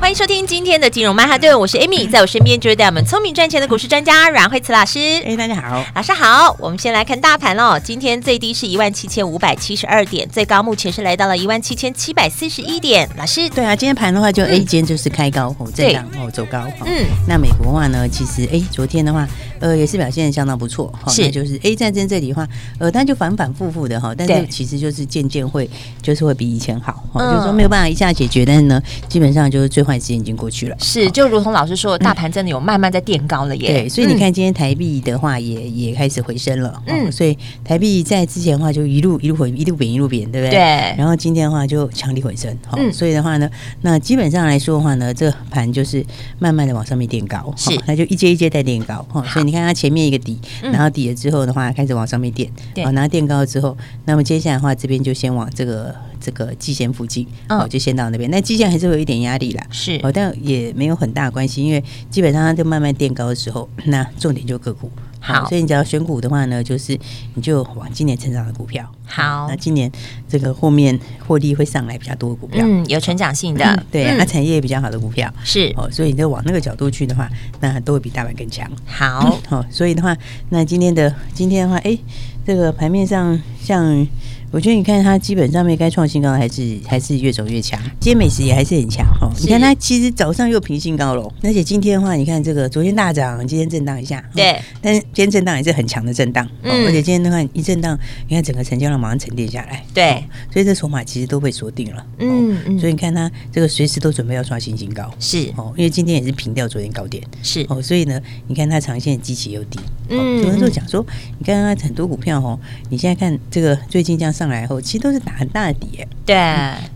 欢迎收听今天的金融曼哈顿，我是 Amy，在我身边就是带我们聪明赚钱的股市专家阮慧慈老师。哎，大家好。老师好，我们先来看大盘喽。今天最低是一万七千五百七十二点，最高目前是来到了一万七千七百四十一点。老师，对啊，今天盘的话嗯就 A 间就是开高后震荡后走高。嗯，那美国的话呢，其实哎，昨天的话，呃，也是表现相当不错。哈是那就是 A 战争这里的话，呃，但就反反复复的哈，但对是其实就是渐渐会就是会比以前好，哈，嗯就是说没有办法一下解决，但是呢，基本上就是最坏时间已经过去了。是，就如同老师说，大盘真的有慢慢在垫高了耶。对，所以你嗯看今天台币的话也、也开始回升了，嗯嗯，所以台币在之前的话就一路一路回一路贬一路贬，对不对？对然后今天的话就强力回升，好、嗯所以的话呢，那基本上来说的话呢，这盘就是慢慢的往上面垫高，是齁它就一阶一阶在垫高，哈、所以你看它前面一个底，嗯然后底了之后的话开始往上面垫，哦对好然后垫高了之后，那么接下来的话这边就先往这个这个季线附近，嗯哦、就先到那边，那季线还是会有一点压力啦，是哦，但也没有很大关系，因为基本上它就慢慢垫高的时候，那重点就个股。好所以你只要选股的话呢，就是你就往今年成长的股票。好那，今年这个后面获利会上来比较多的股票，，嗯，有成长性的对，嗯那、产业比较好的股票。是哦，所以你就往那个角度去的话，那都会比大盘更强。好，嗯好、所以的话，那今天的今天的话，哎、这个盘面上像。我觉得你看它基本上面该创新高的还是还是越走越强，今天美食也还是很强哦。是你看它其实早上又平新高了，而且今天的话，你看这个昨天大涨，今天震荡一下，哦对，但是今天震荡也是很强的震荡，哦嗯而且今天的话一震荡，你看整个成交量马上沉淀下来，对，所以这筹码其实都被锁定了，嗯哦嗯所以你看它这个随时都准备要刷新新高，是哦，因为今天也是平掉昨天高点，是，哦，所以呢，你看它长线的基期又低，嗯嗯，有人就讲说，你看它很多股票哦，你现在看这个最近这样上来后，其实都是打很大的底耶，对，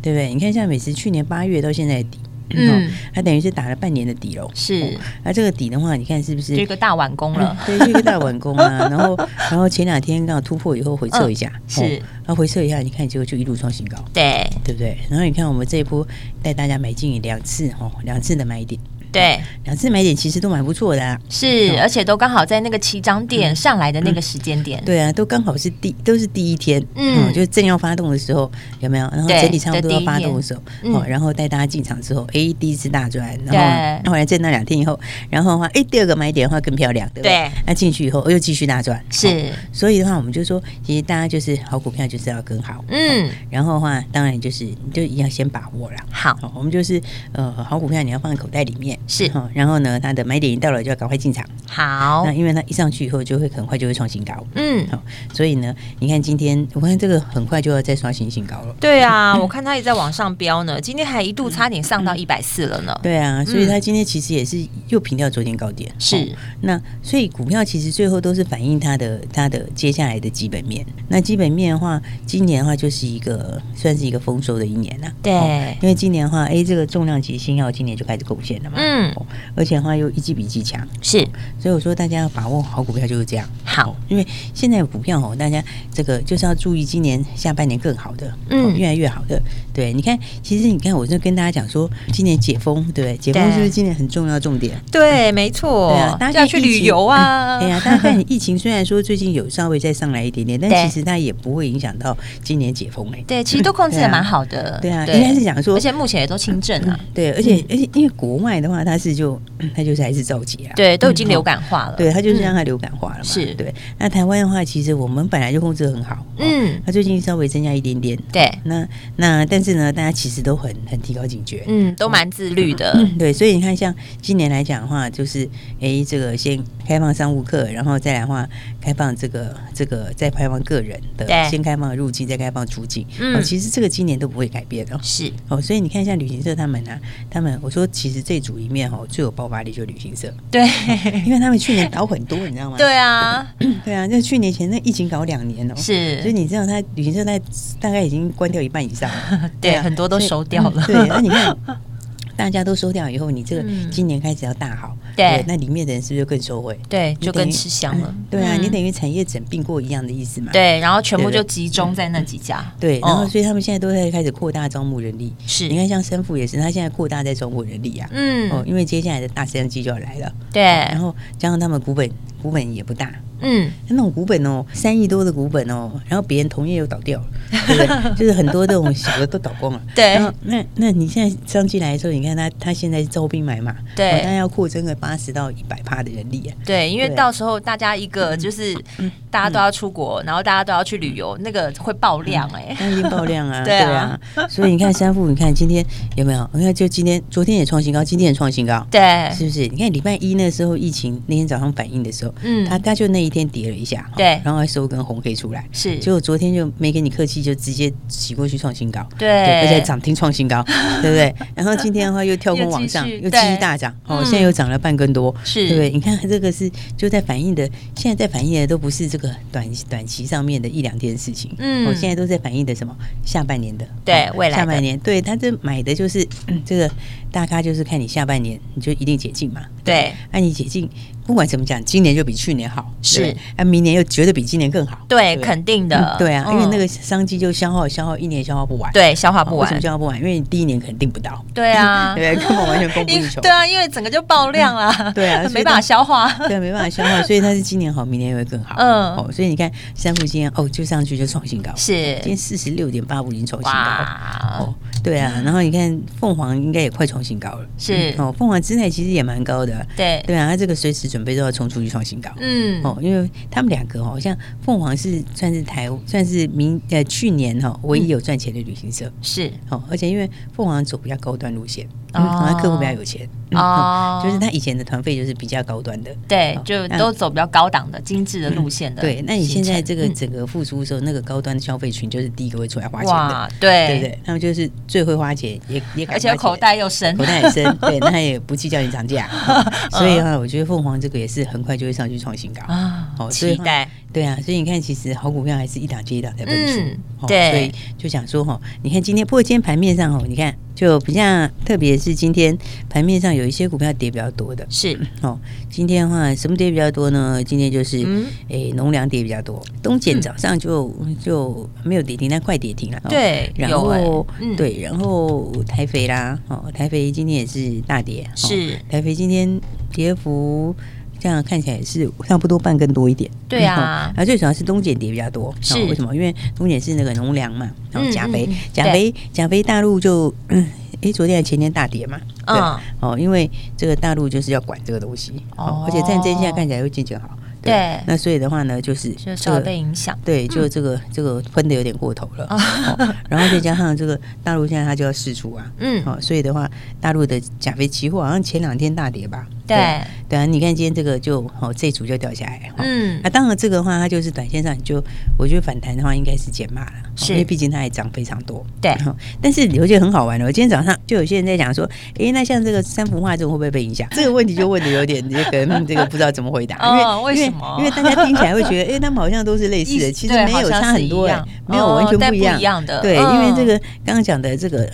对不对？你看像美食去年八月到现在的底，嗯嗯，它等于是打了半年的底喽，是哦那、这个底的话，你看是不是嗯就一个大完工了，对，就一个大晚工 啊，然后然后前两天刚好突破以后回撤一下，嗯是哦然后回撤一下，你看结果就一路创新高，对对不对？然后你看我们这一波带大家买进两次哦，两次的买点，对。两次买点其实都蛮不错的啊，是，哦而且都刚好在那个起涨嗯点上来的那个时间点，对啊，都刚好是第都是第一天，嗯嗯，就正要发动的时候，有没有？然后对整体差不多要发动的时候，第一天哦嗯，然后带大家进场之后，哎，第一次大赚，对然后后来震荡两天以后，然后的话，哎，第二个买点的话更漂亮，对不对对？那进去以后又继续大赚，哦是，所以的话，我们就说，其实大家就是好股票就是要跟好，嗯，然后的话，当然就是你就一样先把握啦。好，好，我们就是呃，好股票你要放在口袋里面，是哦哦然后呢，它的买点一到了就要赶快进场，好那，因为它一上去以后就会很快就会创新高，嗯，好，所以呢，你看今天，我看这个很快就要再刷新新高了。对啊，我看它也在往上飙呢，今天还一度差点上嗯到一百四了呢。对啊，所以它今天其实也是又平掉昨天高点，嗯是哦那所以股票其实最后都是反映它的它的接下来的基本面。那基本面的话，今年的话就是一个算是一个丰收的一年呐、对哦因为今年的话，哎，这个重量级新药今年就开始贡献了嘛，嗯哦，而且的话又一季比一季强，是，所以我说大家要把握好股票就 是这样。好，哦因为现在有股票哦，大家这个就是要注意今年下半年更好的，嗯嗯、越来越好的。对，你看，其实你看，我就跟大家讲说，今年解封，对不对？解封对是不是今年很重要重点？对，没错对啊，大就家要看去疫情旅游啊， 嗯对呀、大家看疫情虽然说最近有稍微再上来一 点点，但对其实它也不会影响到今年解封 哎、对，其实都控制的蛮好的， 对啊应该是讲说嗯而且目前也都轻症啊，对，而且、而且因为国外的话，它是就嗯它就是还是召集啊，对，都已嗯经流感化了，对，它就是让嗯它流感化了嘛。是对。那台湾的话，其实我们本来就控制得很好，嗯嗯，它最近稍微增加一点点。对，那那但是呢，大家其实都很很提高警觉。嗯，都蛮自律的，对，所以你看，像今年来讲的话，就是哎，这个先开放商务客，然后再来的话开放这个这个，再开放个人的对，先开放入境，再开放出境。嗯哦，其实这个今年都不会改变的、哦。是，哦，所以你看，像旅行社他们啊，他们我说其实这组里面哦，最有爆发力就是旅行 社，对，因为他们去年搞很多，你知道吗？对啊，对啊，那去年前那疫情搞两年哦、所以是，，你知道他旅行社在大概已经关掉一半以上了 对啊很多都所以收掉了对，那你看。大家都收掉以后，你这个嗯今年开始要大好，对那里面的人是不是就更受惠？ 对，你就等于更吃香了嗯。对啊，你嗯等于产业整并过一样的意思嘛。对，然后全部对就对集中在那几家。对，然后嗯所以他们现在都在开始扩大招募人力。是你看像生富也是，他现在扩大在招募人力啊。哦嗯，，因为接下来的大升机就要来了，然对，后加上他们股本股本也不大，嗯，那种股本哦，三亿多的股本哦，然后别人同业又倒 掉了，对不对？就是很多这种小的都倒光了。对然后那那你现在上进来的时候，你看他他现在是招兵买马，对哦他要扩增个八十到一百趴的人力啊。对，因为对嗯到时候大家一个就是大家都要出国，然后大家都要去旅游，那个会爆嗯量哎。那一定爆量 啊！对对啊啊，所以你看三富，你看今天有没有？你看就今天，昨天也创新高，今天也创新高，对，是不是？你看礼拜一那时候疫情那天早上反应的时候，嗯它它就那一天跌了一下，哦对然后还收根红 K 出来，是结果昨天就没跟你客气，就直接洗过去创新高，对而且还涨停创 新高，对不对？然后今天的话又跳空往上，又继续又继续对大涨，哦，嗯现在又涨了半根多，是对不对？你看这个是就在反映的，现在在反映的都不是这个短短期上面的一两天的事情，哦嗯我现在都在反映的什么下半年的，对哦未来的下半年，对他这买的就是、嗯这个大咖，就是看你下半年你就一定解禁嘛，对那、你解禁，不管怎么讲，今年就比去年好，是对不对那、明年又绝对比今年更好，对，不肯定的嗯。对啊，因为嗯那个商机就消耗消耗，一年消耗不完，对消化哦，不为什么完。消耗不完？因为你第一年肯定不到，对啊， 对不对，根本完全供不应求，对啊，因为整个就爆量啦。对 啊所以没办法它消化。对，没办法消化，所以它是今年好，明年会更好，嗯哦，所以你看三富今天哦就上去就创新高，今是天四十六点八五已经创新高了。哇哦，，对啊，然后你看凤凰应该也快创新高了，是嗯哦，凤凰姿态其实也蛮高的，对，对啊，它这个随时准备都要冲出去创新高，嗯，哦，因为他们两个好像凤凰是算是台算是明呃去年哈、唯一有赚钱的旅行社。是哦，而且因为凤凰走比较高端路线，哦嗯，好像客户比较有钱，嗯哦就是他以前的团费就是比较高端的，对哦，就那嗯都走比较高档的、精致的路线的行程。对。那你现在这个嗯整个复苏的时候，那个高端消费群就是第一个会出来花钱的，哇，对对不对？他们就是最会花钱，也也敢而且花钱口袋又深口。袋很深，对，那他也不计较你涨价，哦所以啊，我觉得凤凰这个也是很快就会上去创 新高。 啊哦，所以期的话待对啊，所以你看，其实好股票还是一档接一档在喷出嗯，哦对所以就想说哈，你看今天，不过今天盘面上哦，你看就比较特别是今天盘面上有一些股票跌比较多的是哦。今天的话，什么跌比较多呢？今天就是嗯诶，农粮跌比较多，东碱早上就就没有跌停，但快跌停了。哦对然有欸后嗯对，然后台肥啦，哦，台肥今天也是大跌，哦是台肥今天跌幅。这样看起来也是差不多半更多一点，对啊 嗯哦啊，最主要是东碱跌比较多，哦是为什么？因为东碱是那个农粮嘛，然嗯后钾肥嗯嗯，钾肥，钾肥大陆就，嗯，诶，昨天还前天大跌嘛，对嗯哦，因为这个大陆就是要管这个东西，哦哦，而且战争现在看起来会渐渐好，对那所以的话呢，就是就嗯这稍微个被影响。对，就这个、这个分的有点过头 了、哦，然后再加上这个大陆现在它就要试出啊，嗯哦，所以的话，大陆的钾肥期货好像前两天大跌吧？对对啊，你看今天这个就哦这一组就掉下来，哦、嗯啊，当然这个的话它就是短线上就，我觉得反弹的话应该是减码了，哦是因为毕竟它也涨非常多，对哦但是我觉得很好玩的，我哦今天早上就有些人在讲说，诶，那像这个三幅画这种会不会被影响？这个问题就问的有点这个嗯这个不知道怎么回答， 哦因为为什么因为因为大家听起来会觉得，诶，他们好像都是类似 意的，思其实对没有好像差是很多一诶样，没有哦完全但不一不样，一样的对，嗯因为这个刚刚讲的这个。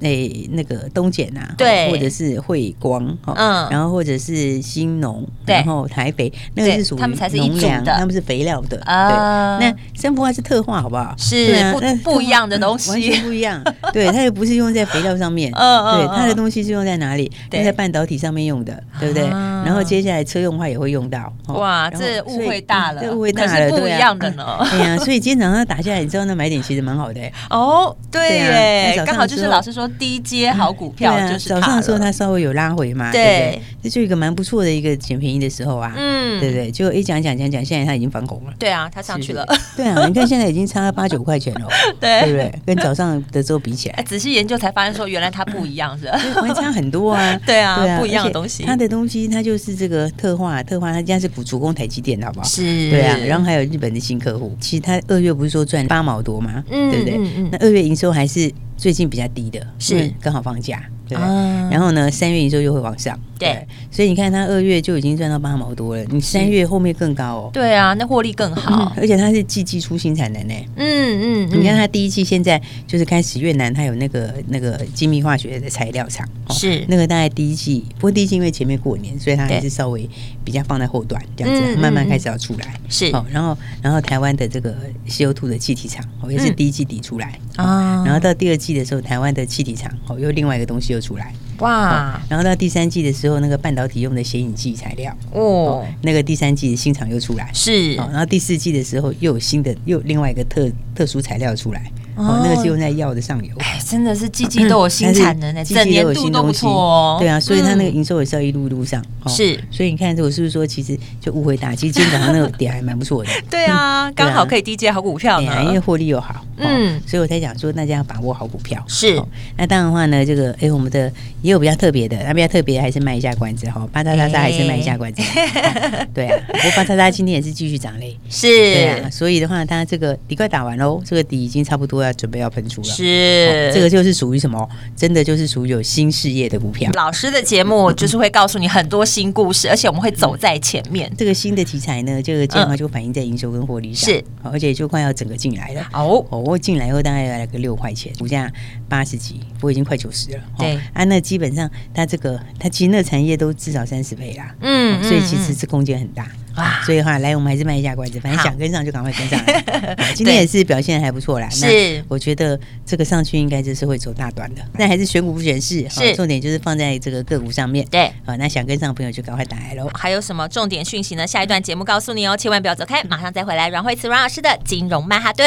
诶，那个东碱啊，对或者是汇光，哦嗯然后或者是新农，对然后台北，那个对是属于他们才是一农组粮的他们是肥料的啊对，那生活化是特化，好不好？是对啊不那特化不一样 的东西完全不一样。 对，它又不是用在肥料上面，嗯嗯对，嗯它的东西是用在哪里？对用在半导体上面用的，对不对？啊然后接下来车用化也会用到。哦哇，然后这误所以会大嗯了，这误会可大是了，不对一啊样的。呢。 哎呀，所以今天早上打下来，你知道那买点其实 蛮好的欸。哦，对对啊那耶，早上刚好就是说老师说低阶好股对票啊，就是早它上的时候了它稍微有拉回嘛，对对不对？这就一个蛮不错的一个捡便宜的时候啊，嗯对不对？结果一讲讲讲讲，现在它已经翻红了。对啊，它上去了。是不是。对啊，你看现在已经差八九块钱了， 对对不对？跟早上的时候比起 哎， 来。仔细研究才发现说，原来它不一样， 是吧？！还差很多啊 对啊不一样的东西而且它的东西它就是这个特化，特化它家是补助攻台积电，好不好？是对啊，然后还有日本的新客户，其实它二月不是说赚八毛多吗？嗯对不对？嗯嗯那二月营收还是最近比较低的，是因为刚好放假，对不对。啊然后呢，三月营收又会往上，对，所以你看它二月就已经赚到八毛多了，你三月后面更高哦。对啊，那获利更好嗯。而且它是季季出新产能呢、嗯嗯，嗯你看它第一季现在就是开始越南，它有那个那个精密化学的材料厂，哦是那个大概第一季，不过第一季因为前面过年，所以它还对是稍微比较放在后段这样子，啊嗯嗯慢慢嗯开始要出来。是哦，然后然后台湾的这个 CO2 的气体厂哦也是嗯第一季底出来哦啊然后到第二季的时候，台湾的气体厂哦又另外一个东西又出来哇然后到第三季的时候，那个半导体用的显影剂材料哦哦，那个第三季的新厂又出来是哦，然后第四季的时候又有新的又有另外一个特特殊材料出来哦哦，那个是用在药的上游。哎，真的是季季都有新产能呢，嗯但是整季季年有度新都不东西错哦。对啊，所以它那个嗯营收也是要一路一路上。哦是所以你看，我是不是说其实就误会大？其实今天早上那个点还蛮不错的。对啊，刚好可以低接 好股票嗯哎呀，因为呢。获利又好，嗯嗯，所以我才讲说大家要把握好股票。是哦那当然的话呢，这个哎，我们的也有比较特别的，那比较特别的还是卖一下关子哈，八叉叉叉还是卖一下关子。哎哦对啊，不过八叉叉今天也是继续涨嘞。对啊，是所以的话，它这个底快打完喽，这个底已经差不多要准备要喷出了。是哦这个就是属于什么？真的就是属于有新事业的股票。老师的节目嗯就是会告诉你很多新故事，而且我们会走在前面。这个新的题材呢，这个计划就反映在营收跟获利嗯上，是好，而且就快要整个进来了。哦，哦，我进来以后大概来个六块钱，股价八十几，我已经快九十了。哦对啊，那基本上它这个它其实那个产业都至少三十倍啦。嗯哦所以其实嗯这空间很大。哇所以的话，来我们还是卖一下关子，反正好想跟上就赶快跟上来。 好今天也是表现还不错啦，那是我觉得这个上去应该就是会走大段的。那还是选股不选市，好是重点就是放在这个个股上面。对，好，那想跟上的朋友就赶快打来喽。还有什么重点讯息呢？下一段节目告诉你哦，千万不要走开，马上再回来。阮慧慈阮老师的金融曼哈顿。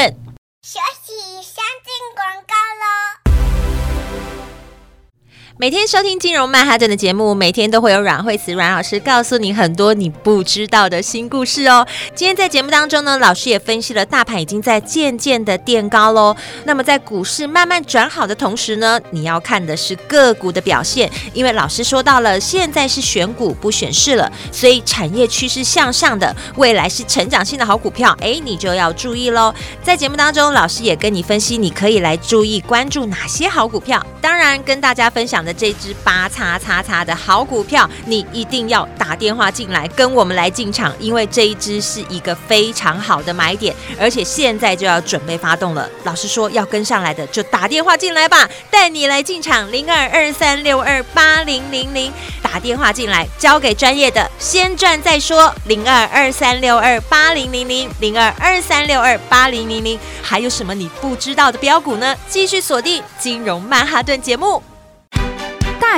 学习先进广告喽。每天收听金融曼哈顿的节目，每天都会有阮慧慈阮老师告诉你很多你不知道的新故事哦。今天在节目当中呢，老师也分析了大盘已经在渐渐的垫高喽。那么在股市慢慢转好的同时呢，你要看的是个股的表现，因为老师说到了，现在是选股不选市了，所以产业趋势向上的，未来是成长性的好股票，哎，你就要注意喽。在节目当中，老师也跟你分析，你可以来注意关注哪些好股票。当然，跟大家分享的这只八叉叉叉的好股票，你一定要打电话进来跟我们来进场，因为这一只是一个非常好的买点，而且现在就要准备发动了。老师说要跟上来的就打电话进来吧，带你来进场零二二三六二八零零零。打电话进来，交给专业的，先赚再说。零二二三六二八零零零，零二二三六二八零零零，还有什么你不知道的标股呢？继续锁定金融曼哈顿节目。大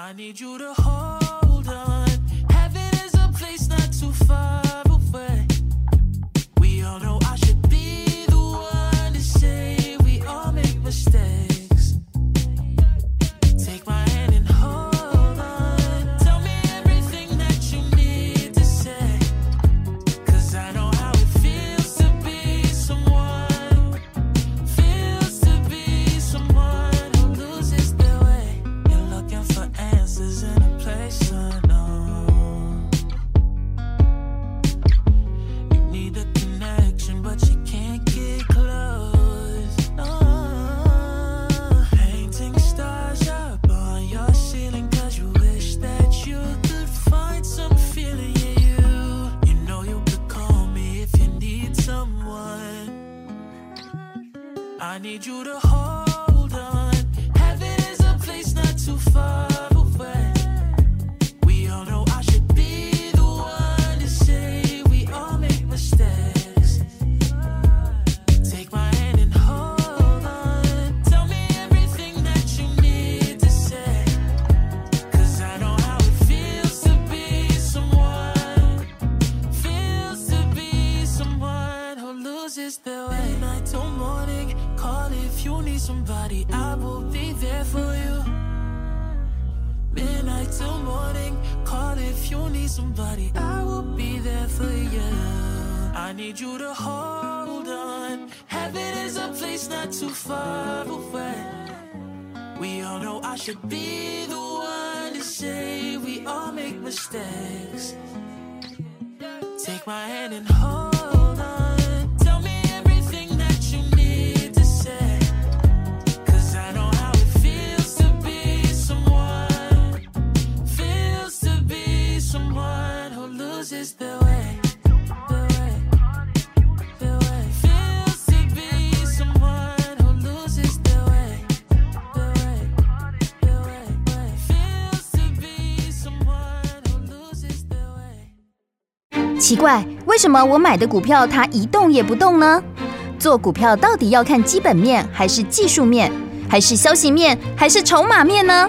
I need you to hold on. Heaven is a place not too far away. We all know I should be the one to say we all make mistakes. Take my hand and hold on. Tell me everything that you need to say. Cause I know how it feels to be someone feels to be someone who loses their way. You're looking for answers in a place unknown. You need a connection, but you can't get close. No. Painting stars up on your ceiling, cause you wish that you could find some feeling in you. You know you could call me if you need someone. I need you to hold on. Heaven is a place not too far away. We all know I should be the one to say we all make mistakes. Take my hand and hold on. Tell me everything that you need to say. Cause I know how it feels to be someone feels to be someone who loses their way. Night till morning, call if you need somebody, I will be there for you. Midnight till morning, Call if you need somebody, I will be there for you. I need you to hold on. Heaven is a place not too far away. We all know I should be the one to say we all make mistakes. Take my hand and hold on. Tell me everything that you need to say. Cause I know how it feels to be someone. Feels to be someone who loses their way. Their way. Their way. Feels to be someone who loses their way. Their way. Their way. Feels to be someone who loses their way. 奇怪，为什么我买的股票它一动也不动呢？做股票到底要看基本面，还是技术面，还是消息面，还是筹码面呢？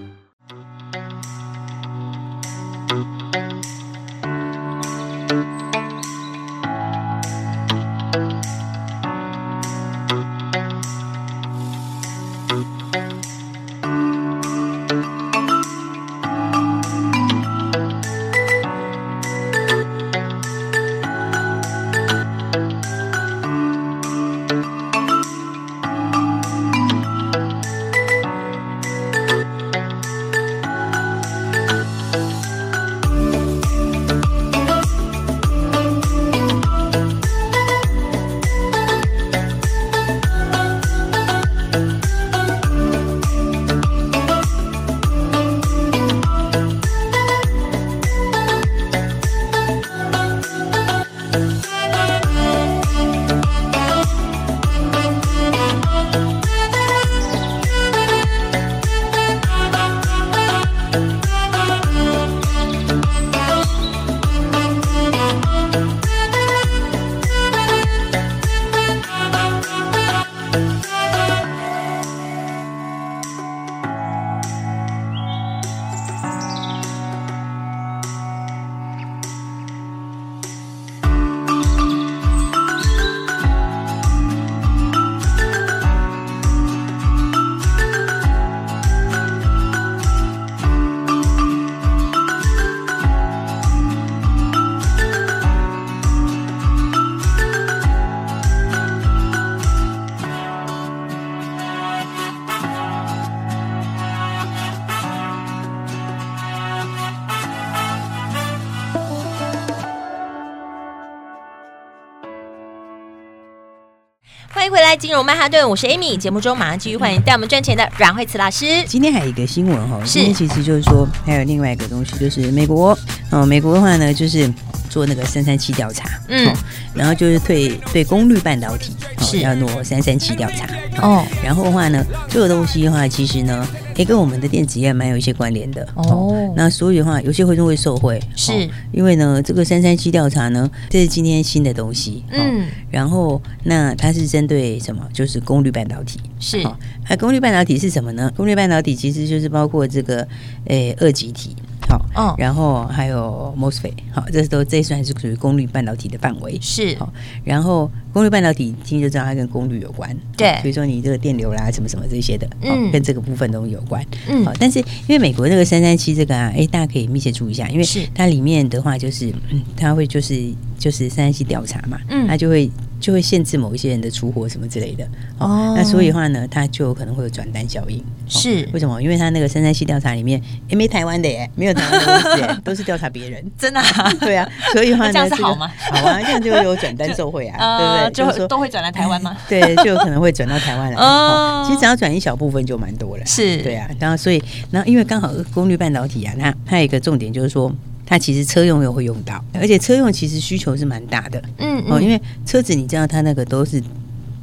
欢迎回来，金融曼哈顿，我是 Amy。节目中马上继续欢迎带我们赚钱的阮慧慈老师。今天还有一个新闻哈，是今天其实就是说还有另外一个东西，就是美国，哦，美国的话呢，就是做那个三三七调查，嗯 哦，然后就是对对功率半导体、哦、是要做三三七调查，哦然后的话呢，这个东西的话，其实呢，也跟我们的电子业蛮有一些关联的哦那所以的话，有些会众会受贿，是因为呢，这个三三七调查呢，这是今天新的东西，哦嗯，然后那它是针对什么？就是功率半导体。是好，那功率半导体是什么呢？功率半导体其实就是包括这个诶二极体，好，哦然后还有 MOSFET，好，这都这算是属于功率半导体的范围。是好，然后功率半导体听就知道它跟功率有关，对好比如说你这个电流啦，什么什么这些的，好嗯跟这个部分都有关，嗯好，但是因为美国这个三三七这个啊，哎，大家可以密切注意一下，因为是它里面的话就是，嗯，它会就是就是三三七调查嘛，嗯它就会就会限制某一些人的出货什么之类的。哦那所以的话呢，它就可能会有转单效应。哦是为什么？因为它那个生态系调查里面，也没台湾的耶，没有台湾的公司 耶，都是调查别人。真的啊 对啊，所以的话呢，这样是个好吗好啊，这样就有转单受贿啊，对不呃对？就是说都会转来台湾吗？ 对，就有可能会转到 台湾来。哦哦，其实只要转一小部分就蛮多了。是对啊。然后所以，然后因为刚好功率半导体啊，它它有一个重点就是说，它其实车用也会用到，而且车用其实需求是蛮大的。嗯哦，因为为车子你知道它那个都是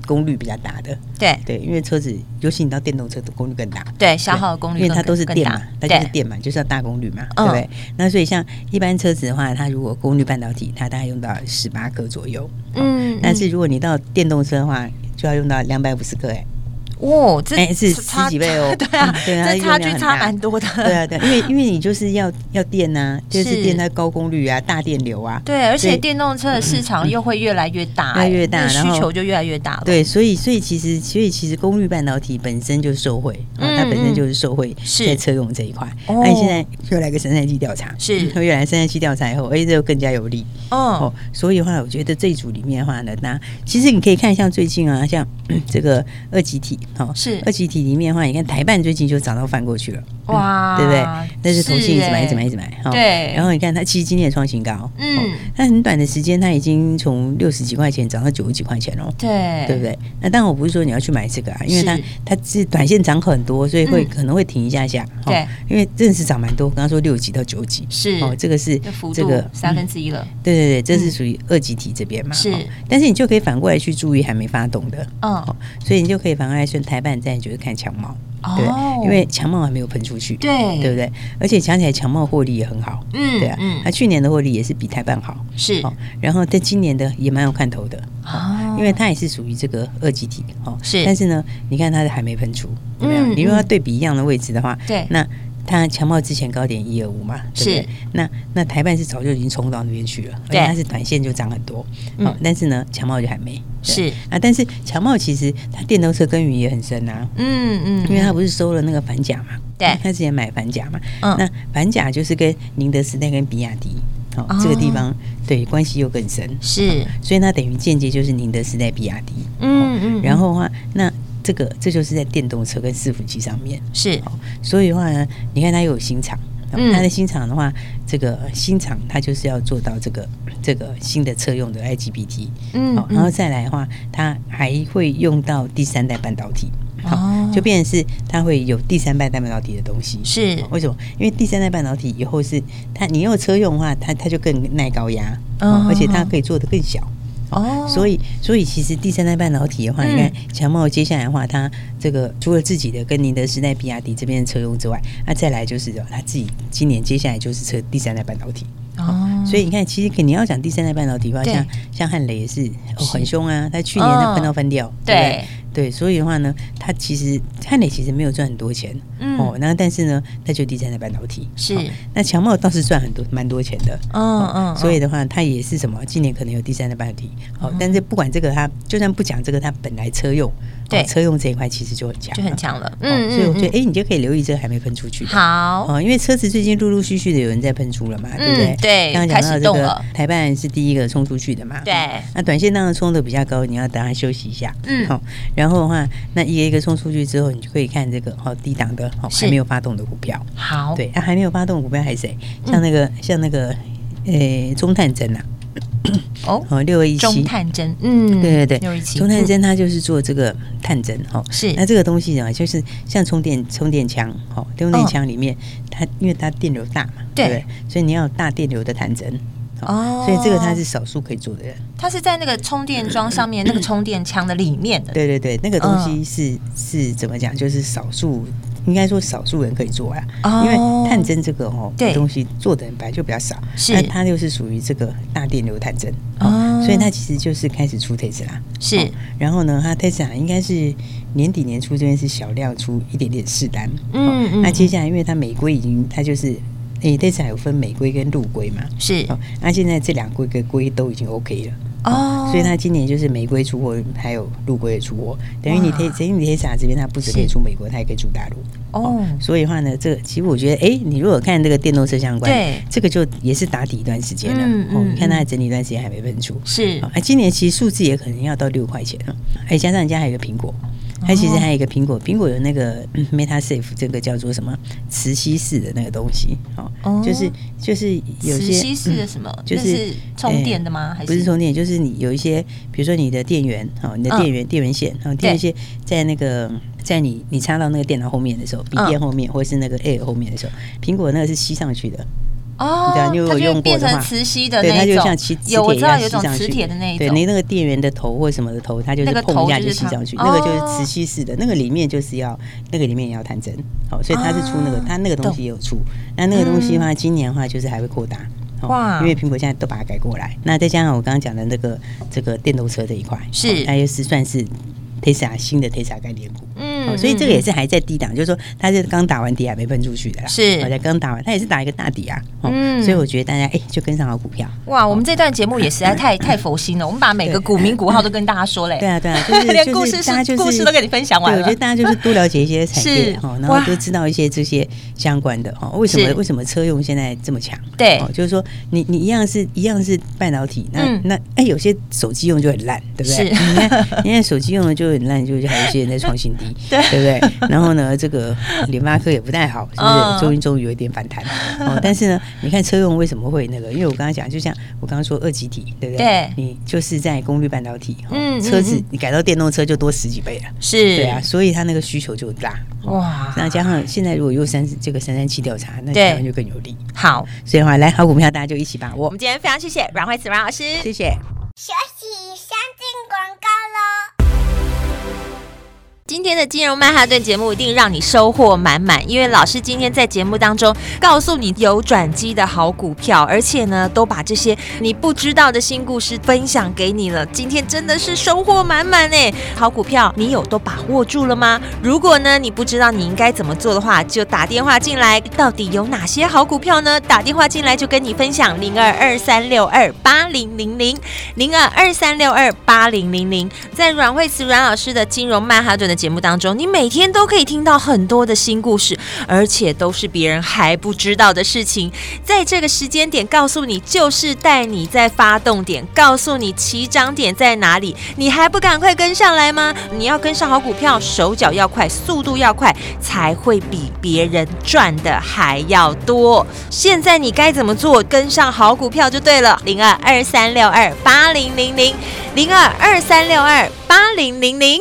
功率比较大的，对对，因为车子尤其你到电动车的功率更大。对，消耗的功率因为更它都是更电大嘛，它就是对电嘛，就是要大功率嘛，嗯对不对？那所以像一般车子的话，它如果功率半导体，它大概用到十八颗左右，嗯但是如果你到电动车的话，就要用到两百五 十克哎，哇，哦这哎是差十几倍哦 对啊，嗯对啊这差距差蛮多的， 对啊，对啊，因为因为你就是要要电呐、就是是电它高功率啊，大电流啊， 对，而所且以电动车的市场又会越来越大、嗯哎越来越大那然需后求就越来越大了。，对，所以所以其实所以其实功率半导体本身就是受惠，哦嗯它本身就是受惠是在车用这一块。那、哦你现在又来个生态系调查，是嗯又来生态系调查以后，哎、这又更加有利嗯哦，。所以的话，我觉得这一组里面的话呢，那其实你可以看像最近啊，像 嗯这个二级体哦，是二级体里面的话，你看台办最近就涨到翻过去了，嗯哇对不对？但是同信一直买，欸一直买，一直买，哈对然后你看它其实今天也创新高，嗯哦，它很短的时间，它已经从六十几块钱涨到九十几块钱哦。对，对不？对？那当然，我不是说你要去买这个啊，因为是它它是短线涨很多，所以会、嗯可能会停一下下。哦对，因为正式涨蛮多，刚刚说六级到九级，是哦，这个是这幅这度个三嗯分之一了，对对对，这嗯是属于二级体这边嘛。是哦但是你就可以反过来去注意还没发动的，嗯，所以你就可以反过来顺台办站，就是看强茂，对不哦对，因为强茂还没有喷出去，对对不对？而且讲起来强茂获利也很好，嗯对啊嗯，它去年的获利也是比台办好，是哦，然后在今年的也蛮有看头的，哦因为它也是属于这个二级体哦，是但是呢，你看它还没喷出，有没有？嗯你如果要对比一样的位置的话，对那它强茂之前高点一二五嘛，对不对是那那台办是早就已经冲到那边去了，而对且它是短线就涨很多，嗯哦，但是呢，强茂就还没是啊，但是强茂其实它电动车耕耘也很深啊，嗯嗯，因为他不是收了那个反甲嘛，对他之前买反甲嘛，嗯那反甲就是跟宁德时代跟比亚迪，哦，哦这个地方对关系又更深，是所以它等于间接就是宁德时代、比亚迪，嗯嗯，哦然后的话，那这个这就是在电动车跟伺服器上面，是哦，所以的话呢，你看它又有新厂。哦嗯它的新厂的话，这个呃新厂它就是要做到这个这个新的车用的 IGBT，嗯哦，嗯然后再来的话，它还会用到第三代半导体，好、哦就变成是它会有第三代半导体的东西。是哦为什么？因为第三代半导体以后是它，你用车用的话，它它就更耐高压，哦嗯而且它可以做的更小。哦，所以，所以其实第三代半导体的话，嗯你看强茂接下来的话，它这个除了自己的跟宁德时代、比亚迪这边的车用之外，那、再来就是哦它自己今年接下来就是车第三代半导体。哦，所以你看，其实你要讲第三代半导体的话，对像像汉雷也是、哦、是哦很凶啊，他去年他喷到翻掉，对不对对对，所以的话呢，他其实汉雷其实没有赚很多钱，嗯哦，那但是呢，他就第三代半导体是哦那强茂倒是赚很多蛮多钱的，嗯嗯，哦所以以的话，它也是什么？今年可能有第三代半导体，哦，但是不管这个它，就算不讲这个，它本来车用，对哦车用这一块其实就很强，就很强了，嗯，嗯，所以我觉得，嗯哎，你就可以留意这个还没喷出去嗯的。好，哦，因为车子最近陆陆续续的有人在喷出了嘛，对嗯不对？对刚开刚始讲到动这了个台办是第一个冲出去的嘛，对哦那短线当然冲的比较高，你要等它休息一下，嗯好、然后的话，那一个一个冲出去之后，你就可以看这个哦低档的哦是还没有发动的股票，好，对，啊、还没有发动的股票还谁？嗯像那个、像那个呃中探针啊，哦，哦六二一中七。探针，嗯，对对六对一，七，嗯中探针它就是做这个探针哈，哦是那这个东西呢，就是像充电充电枪，哦，充电枪里面、它因为它电流大嘛，嗯对不所以你要有大电流的探针，哦所以这个它是少数可以做的人，它是在那个充电桩上面那个充电枪的里面的，对对对，那个东嗯西是、是怎么讲，就是少数。应该说少数人可以做啊，哦因为探针这个哦对东西做的人本来就比较少，是那它就是属于这个大电流探针哦所以它其实就是开始出 Tesla，是哦然后呢，它 Tesla 应该是年底年初这边是小量出一点点试单，哦嗯嗯那接下来因为它美规已经它就是，诶、t e s l a 有分美规跟陆规嘛，是哦，那现在这两规跟规都已经 OK 了。哦所以它今年就是玫瑰出货，还有陆龟也出货，等于你可以，等于你可以撒这边，它不止可以是出美国，它也可以出大陆。哦，所以的话呢，这个其实我觉得，哎、你如果看这个电动车相关，对这个就也是打底一段时间了。嗯哦嗯，你看它整理一段时间还没喷出。是哦哎、今年其实数字也可能要到六块钱了，哎、加上人家还有一个苹果，它其实还有一个苹果，苹果有那个、嗯 MetaSafe 这个叫做什么磁吸式的那个东西，哦，哦就是就是有磁些吸式嗯的什么？就那是是充电的吗？还呃是不是充电，就是你有一些，比如说你的电源，哦，嗯你的电源、电源线，哦，电源线在那个在你你插到那个电脑后面的时候，笔嗯电后面、或是那个 Air 后面的时候，苹果那个是吸上去的，哦，对啊它你如就果用会过变的话成磁吸的对，那它一就种像吸磁有我铁一知道样有一吸种上磁去。铁的那一对，种，你那个电源的头或什么的头，它就那是个碰一下头就就是吸它上去，那个就是哦磁吸式的，那个里面就是要那个里面也要探针，好，所以它是出那个啊，嗯它那个东西也有出，那那个东西的话，今年的话就是还会扩大。哦哇因为苹果现在都把它改过来，那再加上我刚刚讲的那个这个电动车这一块，是哦它又是算是 Tesla 新的 Tesla 概念股，嗯哦，所以这个也是还在低档，就是说它是刚打完底还啊没喷出去的啦，是好像刚打完，它也是打一个大底啊，哦嗯所以我觉得大家哎、就跟上好股票，哇，哦我们这段节目也实在太太佛心了，我们把每个股民股号都跟大家说嘞，对啊对 啊，就是连就是故事是大家就是故事都给你分享完对我觉了得，大家就是多了解 一些产业是哦，然后哇多知道一些这些相关的哦。为什是么为什么车用现在这么强？对哦，就是说你你一样是一样是半导体，那、嗯那哎、有些手机用就很烂，对不对？是你看你看手机用的就很烂，就是还有一些人在创新 低，对对不对？然后呢，这个联发科也不太好，是不嗯是？终于终于有一点反弹哦。但是呢，你看车用为什么会那个？因为我刚刚讲，就像我刚刚说二级体，对不对？对你就是在功率半导体，哦嗯嗯车子嗯你改到电动车就多十几倍了。是啊对啊，，所以它那个需求就大。哇，那加上现在如果又三这个三三七调查，那对台湾就更有利。好，所以的话，来好股票大家就一起把我握们。今天非常谢谢阮慧慈阮老师，谢谢。休息一下，进广告喽。今天的金融曼哈顿节目一定让你收获满满，因为老师今天在节目当中告诉你有转机的好股票，而且呢，都把这些你不知道的新故事分享给你了。今天真的是收获满满呢！好股票你有都把握住了吗？如果呢你不知道你应该怎么做的话，就打电话进来。到底有哪些好股票呢？打电话进来就跟你分享零二二三六二八零零零。零二二三六二八零零零。在阮慧慈阮老师的金融曼哈顿的节目当中，你每天都可以听到很多的新故事，而且都是别人还不知道的事情。在这个时间点告诉你，就是带你在发动点，告诉你起涨点在哪里，你还不赶快跟上来吗？你要跟上好股票，手脚要快，速度要快，才会比别人赚的还要多。现在你该怎么做？跟上好股票就对了。零二二三六二八零零零，零二二三六二八零零零。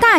大